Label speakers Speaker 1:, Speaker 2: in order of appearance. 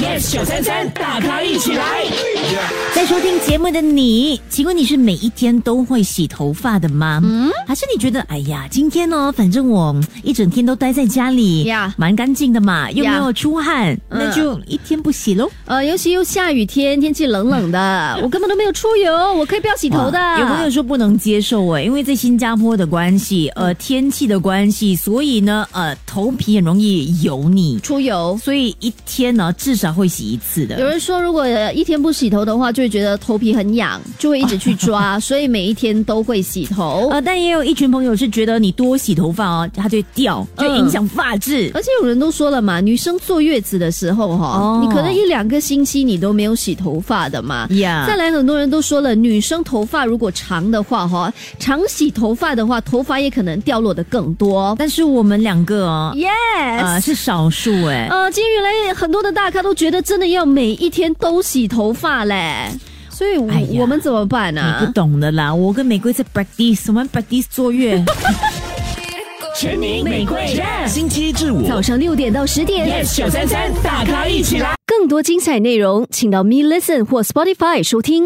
Speaker 1: yes 九三三，大咖一起来。
Speaker 2: 在收听节目的你，请问你是每一天都会洗头发的吗？嗯，还是你觉得，哎呀，今天呢，反正我嗯一整天都待在家里，
Speaker 3: 呀
Speaker 2: 蛮干净的嘛，又没有出汗那
Speaker 3: 嗯
Speaker 2: 就一天不洗喽。
Speaker 3: 呃，尤其又下雨天，天气冷冷 的，我根本都没有出油，我可以不要洗头的。
Speaker 2: 哇有朋友说不能接受哎，因为在新加坡的关系，
Speaker 3: 嗯
Speaker 2: 呃，天气的关系，所以呢，呃，头皮很容易油腻，
Speaker 3: 出油？
Speaker 2: 所以一天呢至少会洗一次
Speaker 3: 有
Speaker 2: 的。
Speaker 3: 人说，如果一天不洗头的话，就会觉得头皮很痒，就会一直去 抓，所以每一天都会洗头。
Speaker 2: 呃，但也有一群朋友是觉得你多洗头发哦，它就会掉，就会影响发质。
Speaker 3: 而且有人都说了嘛，女生坐月子的时候哈、
Speaker 2: 哦
Speaker 3: 你可能一两个星期你都没有洗头发的嘛。
Speaker 2: 呀
Speaker 3: 再来，很多人都说了，女生头发如果长的话哈，常洗头发的话，头发也可能掉落的更多。
Speaker 2: 但是我们两个哦，
Speaker 3: Yes，
Speaker 2: 呃，是少数哎。
Speaker 3: 呃，今天原来很多的大咖都觉得真的要每一天都洗头发嘞，所以我,、
Speaker 2: 哎呀嗯
Speaker 3: 我们怎么办呢、
Speaker 2: 你不懂的啦，我跟玫瑰在 practice，我们 practice 坐月。
Speaker 1: 全民玫瑰
Speaker 4: 星期一至五
Speaker 3: 早上六点到十点
Speaker 1: yes 九三三，大咖一起来。
Speaker 3: 更多精彩内容，请到 Me Listen 或 Spotify 收听。